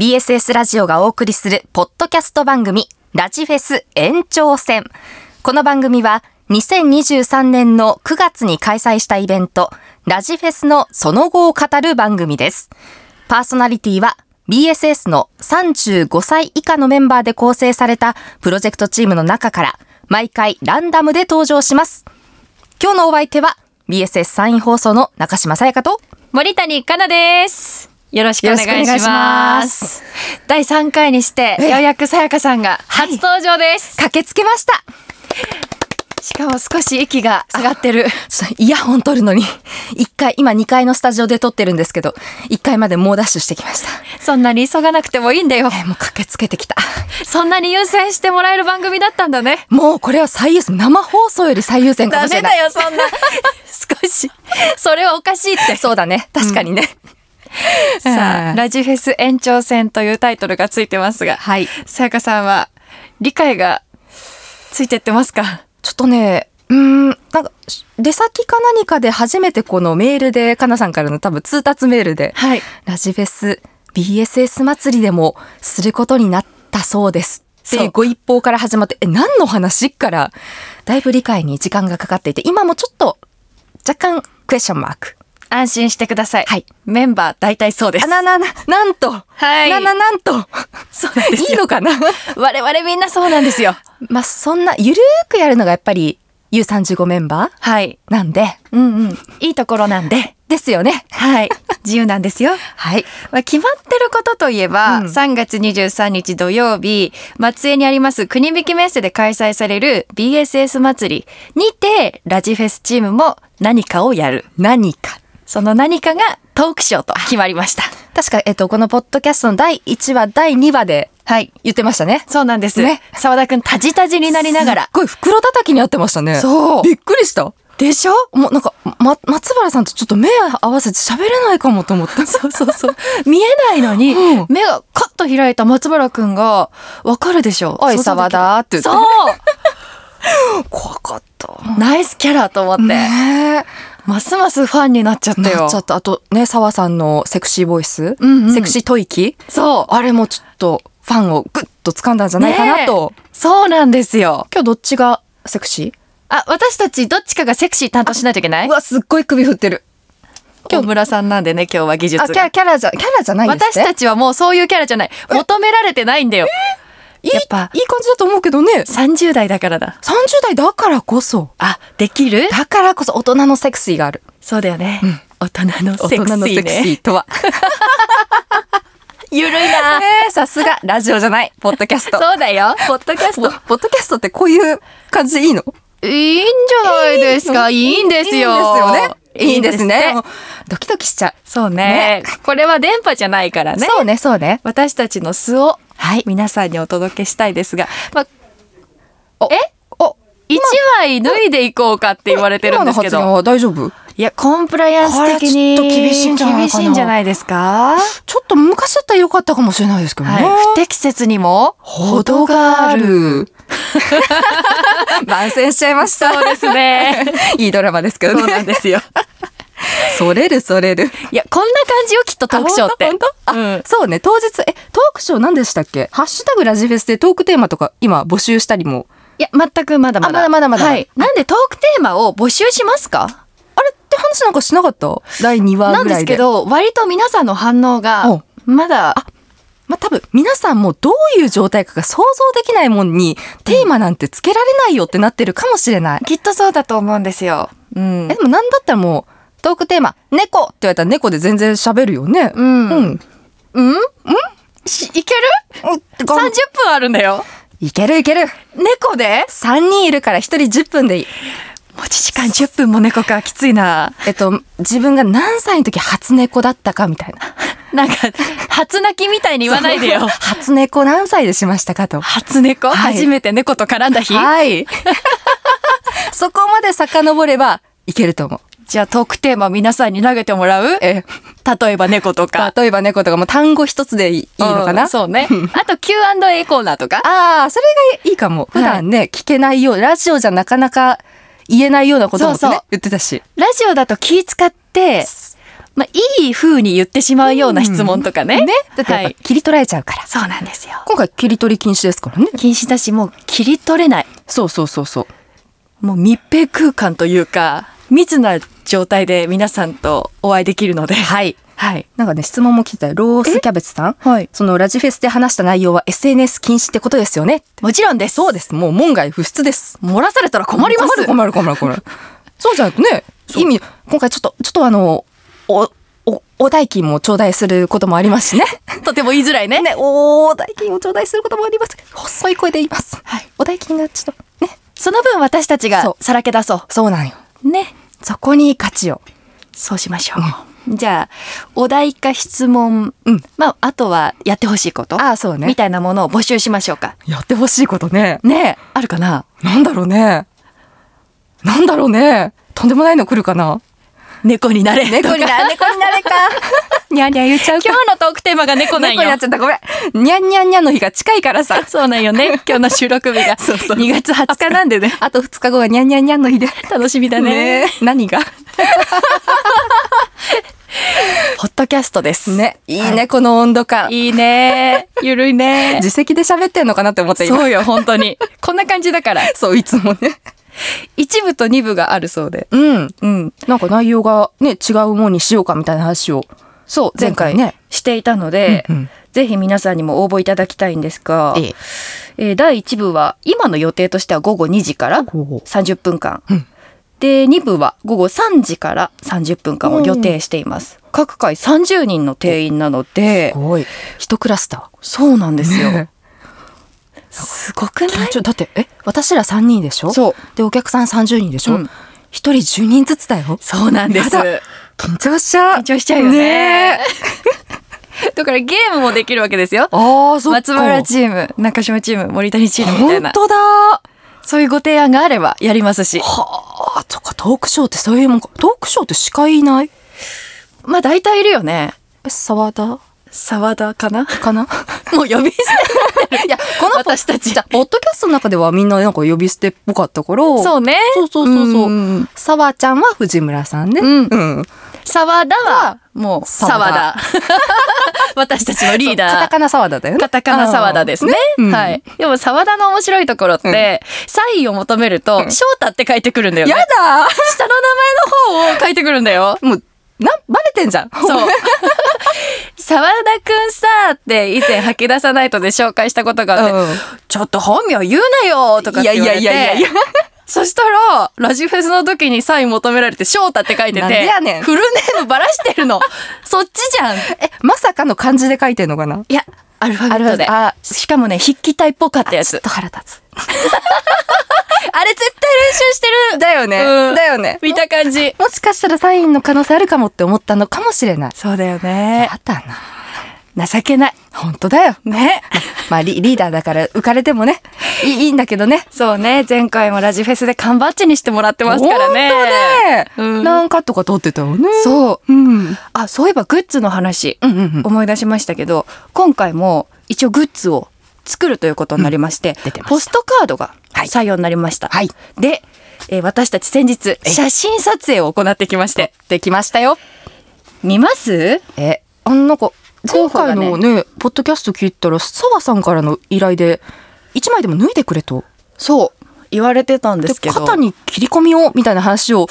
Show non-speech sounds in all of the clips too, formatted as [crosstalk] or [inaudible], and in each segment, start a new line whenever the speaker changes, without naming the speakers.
BSS ラジオがお送りするポッドキャスト番組ラジフェス延長戦この番組は2023年の9月に開催したイベントラジフェスのその後を語る番組ですパーソナリティは BSS の35歳以下のメンバーで構成されたプロジェクトチームの中から毎回ランダムで登場します今日のお相手は BSS 参院放送の中島さやかと
森谷香奈です。よろしくお願いし
よろしくお願いしま
ますす。第3回にして、ようやくさやかさんが初登場です。
駆けつけました
しかも少し息が上がってる。
ちょ [laughs] っとイヤホン取るのに、1回、今2階のスタジオで撮ってるんですけど、1階まで猛ダッシュしてきました。
そんなに急がなくてもいいんだよ。
えーもう駆けつけてきた。
そんなに優先してもらえる番組だったんだね。
もうこれは最優先、生放送より最優先かも
ダ
しれ
メ
ない。
だよ、そんな。 [laughs] 少し。それはおかしいって。
そうだね。確かにね。
さ
う
あ、
ん
ラジフェス延長戦というタイトルがついてますが、
はい。
さやかさんは理解がついてってますか
ちょっとね、うーん、なんか、出先か何かで初めてこのメールで、かなさんからの多分通達メールで、
はい。
ラジフェス BSS 祭りでもすることになったそうです。
そ
で、
う
ご一報から始まって、え、何の話から、だいぶ理解に時間がかかっていて、今もちょっと、若干、クエスチョンマーク。
安心してください。
はい
メンバー大体そうです。
あななな、なんと、
はい
なななんと、
そうなんです
いいのかな [laughs]
[laughs] 我々みんなそうなんですよ。
まあ、そんな、ゆるーくやるのがやっぱり U35 メンバ
はい。
ーなんで、
うんうん。いいところなんで。
ですよね。
はい。自由なんですよ。
はい。
まあ、決まってることといえば、
うん
3月23日土曜日、松江にあります国引きメッセで開催される BSS 祭りにて、ラジフェスチームも何かをやる。
何か。
その何かがトークショーと決まりました。
確か、えっと、このポッドキャストの第1話、第2話で
はい。
言ってましたね。
そうなんです。
ね
沢田くん、タジタジになりなが
す
ら
っ。ごい袋叩きにあってましたね。
そう
びっくりした。
でしょ
もうなんか、ま、松原さんとちょっと目合わせて喋れないかもと思 [laughs] った。
そうそうそう。見えないのに、
うん
目がカッと開いた松原くんが、わかるでしょ
おい
想像できる
沢田って言って
そう
怖かった。
[laughs] ナイスキャラと思って、
ね
ますますファンになっちゃっ
え。
たよ。
なっちゃった。あとね、沢さんのセクシーボイス、
うんうん
セクシー吐息、
そう。
あれもちょっとファンをグッと掴んだんじゃないかなと。
ねえそうなんですよ。
今日どっちがセクシ
あ、私たちどっちかがセクシー担当しないといけな
ー
いう
わ、すっごい首振ってる。
今日村さんなんでね、今日は技術
あ、キャ
が。
ラキャラじゃ、キャラじゃないんですっ
私
て
たちはもうそういうキャラじゃない。求められてないんだよ。
いい、
やっぱ
いい感じだと思うけどね。
30代だからだ。
30代だからこそ。
あ、できる
だからこそ大人のセクシーがある。
そうだよね。大人の
大
セクシ
人のセ
ー
クシ
ね。
ーとは。
ゆるいな。
[laughs] えーさすが、ラジオじゃない、ポッドキャスト。
[laughs] そうだよ。ポッドキャスト
ポ。ポッドキャストってこういう感じでいいの
いいんじゃないです [laughs] か。いいんですよ。
いいんですよね。い
い
い
い
ん
ん
で
ですす
ね
ね。。
もうドキドキしちゃ
そうねこれは電波じゃないから
う。
ね。
そうね、そうね。
私たちの素を、皆さんにお届けしたいですが、まあ、
お
え
お
一枚脱いでいこうかって言われてるんですけ
今の発
ど。
言は大丈夫
いや、コンプライアンス的に
これはちょっと厳しいんじゃないかな
厳しいんじゃないですか。
ちょっと昔だったらよかったかもしれないですけどね。
はい。不適切にも
程があ。る。 [laughs] 万全しちゃいました。
そうですね。
いいドラマですけ
そ
ど
うなん
ね。
ですよ。
[laughs] それるそれる。
[laughs] いや、こんな感じよ、きっとトークショーって。
あ本当本当あ、
うん
そうね。当日、え、トークショー何でしたっけハッシュタグラジフェスでトークテーマとか今募集したりも。
いや、全くまだまだ。
あまだまだまだ
はい。なんでトークテーマを募集しますか
あれって話なんかしなかった第2話ぐら
ないん
で。
ですけど、割と皆さんの反応
お
が、まだ、
まあ、多分皆さんもどういう状態かが想像できないもんにテーマなんてつけられないよってなってるかもしれない。
きっとそうだと思うんですよ。うん
えでもなんだったらもうトークテーマ「猫」って言われたら猫で全然喋るよね。
う。
うんん。
しいける
うん、
?30 分あるんだよ。
いけるいける
猫で
3人いるから1人10分でいい。
持ち時間10分も猫か、きついな。
えっと自分が何歳の時初猫だったかみたいな。
なんか、初泣きみたいに言わないでよ。
初猫何歳でしましたかと。
初猫、
はい
初めて猫と絡んだ日 [laughs]
はい。そこまで遡ればいけると思う。
じゃあトークテーマ皆さんに投げてもらう
え
例えば猫とか。
例えば猫とかも単語一つでいいいいのか
う
なん
そうね。あと Q&A コーナーとか。
ああ、それがいいかも。普段ね、聞けないよう、ラジオじゃなかなか言えないようなこともね、
そうそう
言ってたし。
ラジオだと気使って、まあ、いい風に言ってしまうような質問とかね。
ね。だってやっ
は
ぱ
い。
切り取られちゃうから。
そうなんですよ。
今回切り取り禁止ですからね。
禁止だし、もう切り取れない。
そうそうそうそう。
もう密閉空間というか、密な状態で皆さんとお会いできるので。はい。はい。
なんかね、質問も来てたよ。ロースキャベツさん。
はい
そのラジフェスで話した内容は SNS 禁止ってことですよね。
もちろんです。
そうです。もう門外不出です。
漏らされたら困ります。
困る困る困る困る。そうじゃなくね、意味、今回ちょっと、ちょっとあの、お、お、お代金も頂戴することもありますしね。
とても言いづらいね。
ね、 [laughs] お代金を頂戴することもあります。細い声で言います。
はい
お代金がちょっと、ね。
その分私たちが
そう
さらけ出そ
そうなんよ。
う。ね。
そこに価値を。
そうしましょう。じゃあ、お題か質問、
うん
まあ、あとはやってほしいこと、
ああ、そう
み。たいなものを募集しましょうか。
やってほしいことね。
ねえ、あるかな
なんだろうね。なんだろうね。とんでもないの来るかな。
猫になれ。
猫にな、猫にな
[laughs]
れか。にゃんにゃん言っちゃうか
今。日のトークテーマが猫なん
猫にな
よ
っち。ゃった。ごめん。にゃんにゃんにゃんの日が近いからさ。
[laughs] そうなん
[laughs]
よね。今日の収録日が
そうそう
2月20日なんでね。
あと2日後はにゃんにゃんにゃんの日で。
楽しみだね。
ねえ何
[laughs]
が
ポッドキャストです。
ね。いいね、この温度感。
いいね。ゆるいね。
自責で喋ってんのかなって思った今。
そうよ、本当に。こんな感じだから。
そう、いつもね。
一部と二部があるそうで。
うん。
うん。
なんか内容がね、違うものにしようかみたいな話を。
そう、前
前回
回
ね
ね、していたので、
うんうん
ぜひ皆さんにも応募いただきたいんですが、
ええ
えー第1部は、今の予定としては午後2時から
午後
30分間。
うん
で、2部は午後3時から30分間を予定しています。各回30人の定員なので、
ごい。一クラスタ
そうなんです
[laughs] ー。
よ。すごくない
緊張だって、え、私ら3人でしょ
そう。
で、お客さん30人でしょ、
う
うん一人10人ずつだよ。
そうなんです。
やだ緊張しちゃう。
緊張しちゃうよね
ねえ。
[laughs] だからゲームもできるわけですよ。
ああ、そっか。
松原チーム、中島チーム、森谷チームみたい
本
な。
当だ。は
そういうご提案があればやりますし。
あ、とか、トークショーってそういうもんか。トークショーって司会いない
まあ大体いるよね。
え、沢田
沢田か [laughs] な
か [laughs] な
もう呼び捨
いや、このポ
私たち
じゃあポッドキャストの中ではみんななんか呼び捨てっぽかったから。そう
て。そうね。
そうそうそうそうう。
ん
沢ちゃんは藤村さんね。
うん
うん。
沢田は、もう、
沢
沢
田
田。 [laughs] 私たちのリ
カ
ー
タ
ダー。
カナ沢田だよね。
カタカナ沢田ですね。
うん
はい。でも沢田の面白いところって、サインを求めると、翔太って書いてくるんだよ
や
ね。
だ
下の名前の方を書いてくるんだよ。
もう、な、バレてんじゃん。
そう。 [laughs] 沢田くんさって以前吐き出さないとで紹介したことがあって、
うん
ちょっと本名言うなよとかって言われて。
いやいやいやいやいや
そしたら、ラジフェスの時にサイン求められて、翔太って書いてて、
なんでやねん
フルネームばらしてるの。そっちじゃん。い
え、まさかの漢字で書いてんのかな
や、アルファベ
ア
ットで。
ルファベットあ
しかもね、筆記体っぽかったや [laughs] つ。
腹立つ。
あれ絶対練習してる
だよね。
うん
だよね。
見た感じ。
もしかしたらサインの可能性あるかもって思ったのかもしれない。
そうだよね。
やだな。
情けない。
本当だよ。
ね。
まあリ、リーダーだから浮かれてもね、いいいいんだけどね。
そうね、前回もラジフェスで缶バッジにしてもらってますからね。
本当ね、
うん
なんかとか通ってたよね。
そ
う。う
う。
ん。うん
あ、そういえばグッズの話、
うんうん。
思い出しましたけど、今回も一応グッズを作るということになりまして、
出てました
ポストカードが
はい
採用になりました。
はい
で、えー私たち先日、写真撮影を行ってきまして、
できましたよ。
見ます
え、あの、なんか、今
候補がね
回のね、ポッドキャスト聞いたら、澤さんからの依頼で、一枚でも脱いでくれと。
そう、言われてたんで
で、
すけど。
肩に切り込みを、みたいな話を、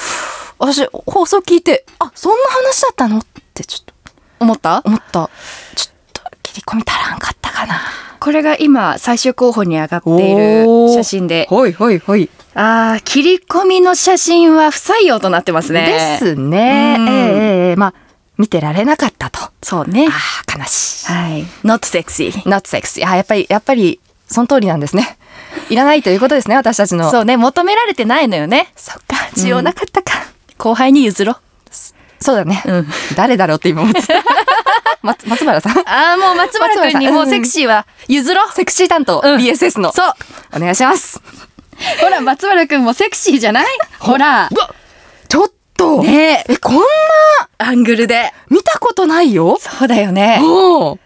私、放送聞いて、あ、そんな話だったのって、ちょっと
思った
思った。ちょっと、切り込み足らんかったかな。
これが今、最終候補に上がってい
お
る
ー
写真で。
ほいほいほい。
あー、切り込みの写真は不採用となってます
で
ね。
すね。
うん
ええええまあ、見てられなかったと。あ
そうね。
あ、悲しい。
はい。not sexy。
ナッツセックス。あ、やっぱり、やっぱり、その通りなんですね。いらないということですね、私たちの。
そうね、求められてないのよね。
そっか、需要なかったか。
後輩に譲ろう。
そうだね。
うん
誰だろうって今思 [laughs] ってた。松松原さん。
ああ、もう松
原
原
君
君
に
に
も
も
う
う
セ
セ
ク
クシーは譲ろう。
セクシー担当、
うん
BSS の。
そう。
お願いします。
ほら、松原君もセクシーじゃないほら。
ちょっと、
ねえ、
え、こんな、
アングルで。
見たことないよ。
そうだよね。
おう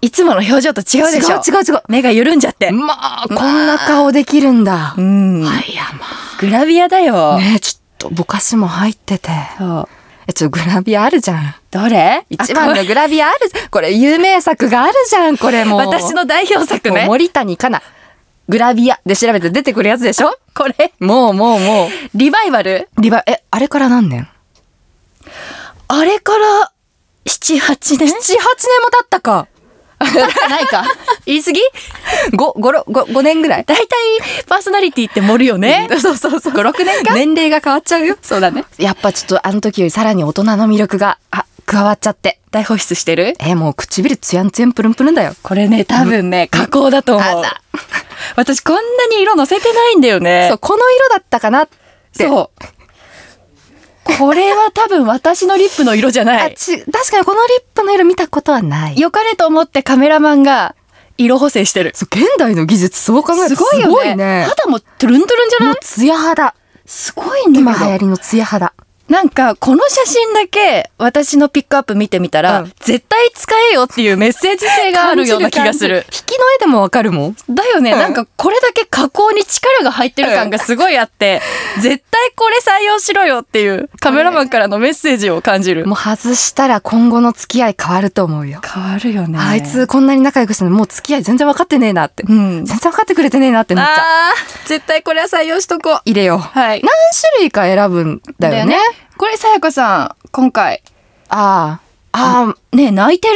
いつもの表情と違うでしょ。
違う違う違う
目が緩んじゃって。
まあ、こんな顔できるんだ。
ん
はい、や、ま
グラビアだよ。
あ。ねえちょっと、ぼかしも入ってて。
そう。
えちょ、グラビアあるじゃん。
どれ
一番のグラビアある。これ、有名作があるじゃん、これもう。
私の代表作
もう
ね。
森谷香奈。グラビアで調べて出てくるやつでしょ
これ、
もうもうも
リバイバル
う。リバ、え、あれから何年
あれから、7、8
?7、8年
年
も経った [laughs] か。
ないか。言い過ぎ
5、5、5年ぐらい。
大体、パーソナリティって盛るよ [laughs] ね。
そうそうそう。
5、6年か
年齢が変わっちゃうよ。
そうだね。
やっぱちょっとあの時よりさらに大人の魅力が、あ、加わっちゃって。
大放出してる
え、もう唇ツヤンツヤンプルンプルンだよ。
これね、多分ね、加工だと思う
あら。
私こんなに色乗せてないんだよね
そ。う、この色だったかなって。
そう。これは多分私のリップの色じゃな
あ
い。
ち確かにこのリップの色見たことはない。
良かれと思ってカメラマンが色補正してる。
そう現代の技術そう考え
す
ると
ごいよね。
すごいね。
肌もトゥルントゥルンじゃ
も
な
う
い
ツヤ肌。
すごいんだ
今
け
流
ど
行りのツヤ肌。
なんか、この写真だけ私のピックアップ見てみたら、
うん
絶対使えよっていうメッセージ性があるような気がする
感。じ。引きの絵でもわかるもん。
だよね、
うん
なんかこれだけ加工に力が入ってる感がすごいあって、絶対これ採用しろよっていうカメラマンからのメッセージを感じ
[laughs]
る。
もう外したら今後の付き合い変わると思うよ。
変わるよね
あいつこんなに仲良くしてるのにもう付き合い全然分かってねえなって。
う
全
ん。
然分かってくれてねえなってなっちゃう。
あー絶対これは採用しとこう。
入れよう。
はい。
何種類か選ぶんだよね。
これ、さやかさん、今回。
ああ。ああ、
ねえ泣いてる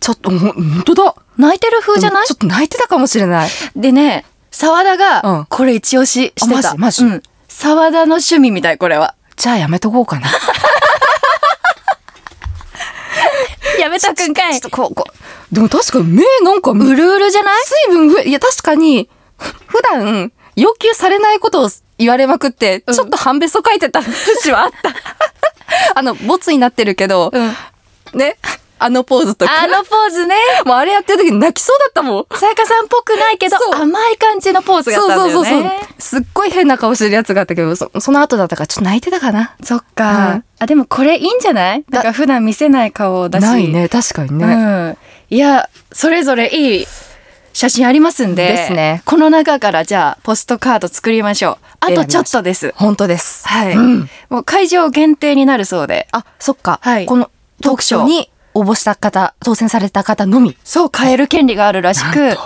ちょっと、ほんとだ。
泣いてる風じゃない
ちょっと泣いてたかもしれない。
でね、沢田
う
が
ん、
これ一押ししてた。
あマジマジ
うん。沢田の趣味みたい、これは。
じゃあやめとこうかな。
やめたくんか
ちょっとこう、こう。でも確かに目なんか、
うるうるじゃない
水分増え、いや確かに、普段要求されないことを言われまくって、
うん
ちょっと半べそ書いてた節はあった。 [laughs] あの、ボツになってるけど、
うん。
ね、あのポーズとか。
あのポーズね。
もうあれやってる時に泣きそうだったもん。
さやかさんっぽくないけど
そ、う
甘い感じのポーズがあったんだよね。
すっごい変な顔してるやつがあったけど、そその後だったからちょっと泣いてたかな。
そっ
う
か
ん。
あ、でもこれいいんじゃないなんか普段見せない顔だし。
ない。ね、確かに
う
ね。
ん。いや、それぞれいい写真ありますんで。
ですね
この中からじゃあ、ポストカード作りましょう。あとちょっとです。
本当です。
はい、
うん
もう会場限定になるそうで。
あ、そっか。
はい
このトークショーに応募した方、当選された方のみ。
そう、買える権利があるらし
な
く
んと。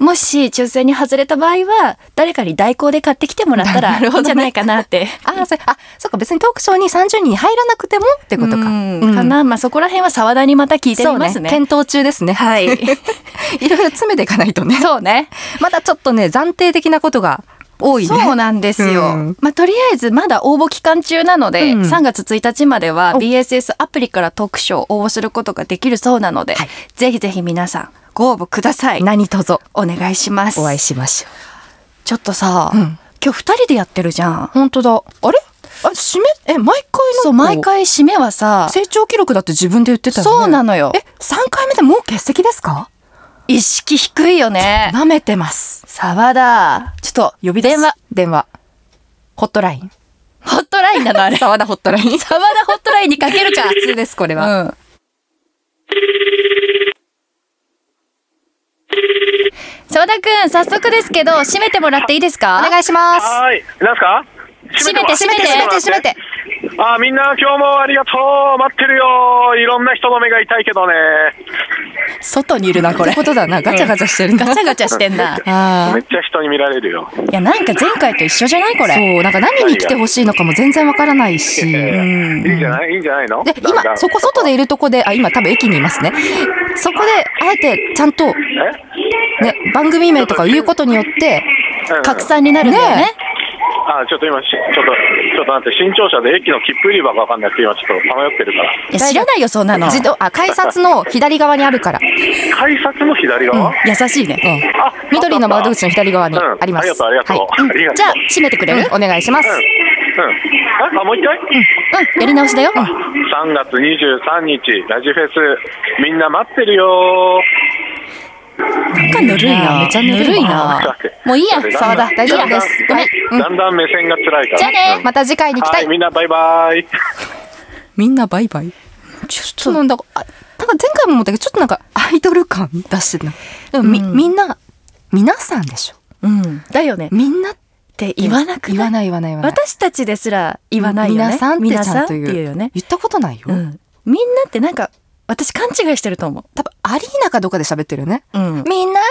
もし抽選に外れた場合は、誰かに代行で買ってきてもらったら
ないるほどね
いんじゃないかなって。
ああ、それあ、そっか、別にトークショーに30人入らなくてもってことか。
うん
うん
かな。まあそこら辺は沢田にまた聞いて
そ
み
う
ますね。
検討中ですね。
はい
[laughs] いろいろ詰めていかないと [laughs] ね。
そうね。
まだちょっとね、暫定的なことが多いね。
そうなんですよ。
うん
まあ、とりあえずまだ応募期間中なので、
うん
3月1日までは
お
BSS アプリから特賞応募することができるそうなので、
はい
ぜひぜひ皆さんご応募ください。
何卒
お願いします。
お会いしましょう。
ちょっとさ、
うん
今日2人でやってるじゃん。
本当だ。あれあ、締め、え、毎回の
そう、毎回締めはさ、
成長記録だって自分で言ってたよね。
そうなのよ
え、3回目でもう欠席ですか
意識低いよね。
舐めてます。
沢田、ちょっと
呼び
電話。
電話。ホットライン。
ホットラインなのあれ。沢
[laughs] 沢田ホットライン。
田ホットラインにかけ
[laughs]
るか。
普通です、これは。
うん。澤田くん、早速ですけど、閉めてもらっていいですか
お願いします。
はーい。なんすか
閉めて閉
閉
めて閉めて
あーみんな今日もありがとう待ってるよいろんな人の目が痛いけどね。
外にいるな、こ
ってことだな。ガチャガチャしてるんだ。
ガチャガチャして
[laughs]
んな。い
あ
めっちゃ人に見られるよ。
や、なんか前回と一緒じゃないこ
あ。
れ。
そう、なんか何に来てほしいのかも全然わからないし。で、
いいんじゃないいいんじゃないのだんだ
今、
ん
そこ外でいるとこで、あ、今多分駅にいますね。そこで、あえてちゃんと、ね、
え
番組名とかを言うことによって、
うん
拡散になるんだよね
ね。
あーちょっと今、しちょっと、ちょっと待って、新庁舎で駅の切符売り場がわかんなくて今ちょっと迷ってるから。
いや、知らないよ、そんなの。
自動、あ、改札の左側にあるから。
改札の左側、
優しいね。
ええ
あ
緑の窓口の左側に
うん
あります。
ありがとうありがとう
はいん
ありがとう
じゃあ、閉めてくれるお願いします。
うん。うん。えあ、もう一回、
うん、やり直しだよ。
3月23日、ラジフェス、みんな待ってるよ
なんかぬるいな。
めちゃぬるいな
もういいや、
だ
沢
んだ
田。
ん
大丈夫です。ごめん。
うん
だんだん目線が辛いから。
じゃあね
うん
また次回に行きた
はい、
い。
みんなバイバイ。
みんなバイバイ。
ちょっ
そうなんだ、あなんか前回も思ったけど、ちょっとなんかアイドル感出してるな。でもみ、みんな、皆さんでしょ。
うん。だよね。
みんな、
って言わなく
言
な
わ
い
ない言わない言わない。
私たちですら言わないよ
皆
ね。
さんってちゃんと言う。
皆さんって言うよね。
言ったことないよ。
うん。みんなってなんか、私勘違いしてると思
多分アリーナかどっかで喋ってるよね。
う。うん。
みんな、今日はありがと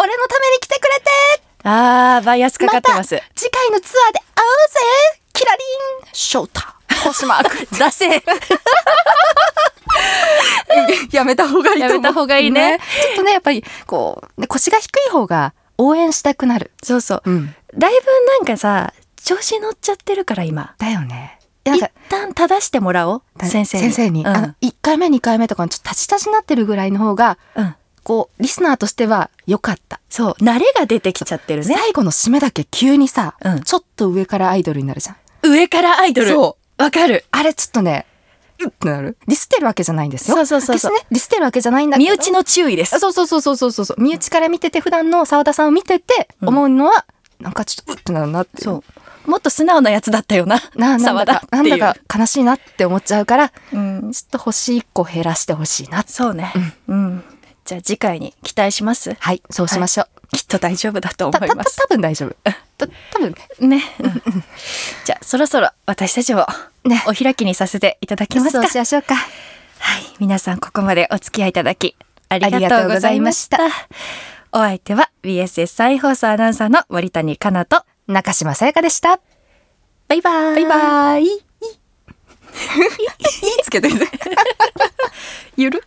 う俺のために来てくれて
あー、バイアスかかってます。
次回のツアーで会おうぜキラリンショータ星マーク
出せ
[laughs] やめた方がいいと思う
やめた方がいいね
ちょっとね、やっぱり、こう、ね腰が低い方が応援したくなる。
そうそ
う
う。
ん。
だいぶなんかさ、調子乗っちゃってるから今。
だよね。いやなん
一
か
旦正してもらおう。
だ
先生に。
先生に、
うん
あの、1回目、2回目とかのちょっと立ち立ちになってるぐらいの方が、
うん。
こう、リスナーとしては良かった。
そう。慣れが出てきちゃってるね。
最後の締めだけ急にさ、
うん
ちょっと上からアイドルになるじゃん。
上からアイドル。。
そう
わかる。
あれちょっとね、うってなる。ディスってるわけじゃないんですよ。
そうそうそうそう
決してね、ディスってるわけじゃないんだけど。
身内の注意です。
そうそうそうそうそうそうそう。身内から見てて、普段の澤田さんを見てて、
うん
思うのは、なんかちょっと、うってなるなっていう。
そう。もっと素直なやつだったよな。
ななん
沢
だ
田っ
か、
てい
な
う
だ
ん
か悲しいなって思っちゃうから、ちょ
うん。
っと星一個減らしてほしいな。
そうね。うん。じゃあ次回に期待します。
はい、そうしましょう。
きっと大丈夫だと
た
思い
た
ま
た
す。
多分大
[laughs]
丈夫。た多分ね。
ね。じゃあそろそろ私たちも
ね
お開きにさせていただきます
そう
か。
しましょうか。
はい。皆さんここまでお付き合いいただき、ありが
ありが
と
とう
うご
ご
ざ
ざ
い
い
ま
ま
し
したた。
お相手は BSS 再放送アナウンサーの森谷香奈と、
中島さやかでした。
バイバーイ。
バイバーイ。いいつけてるね。
ゆる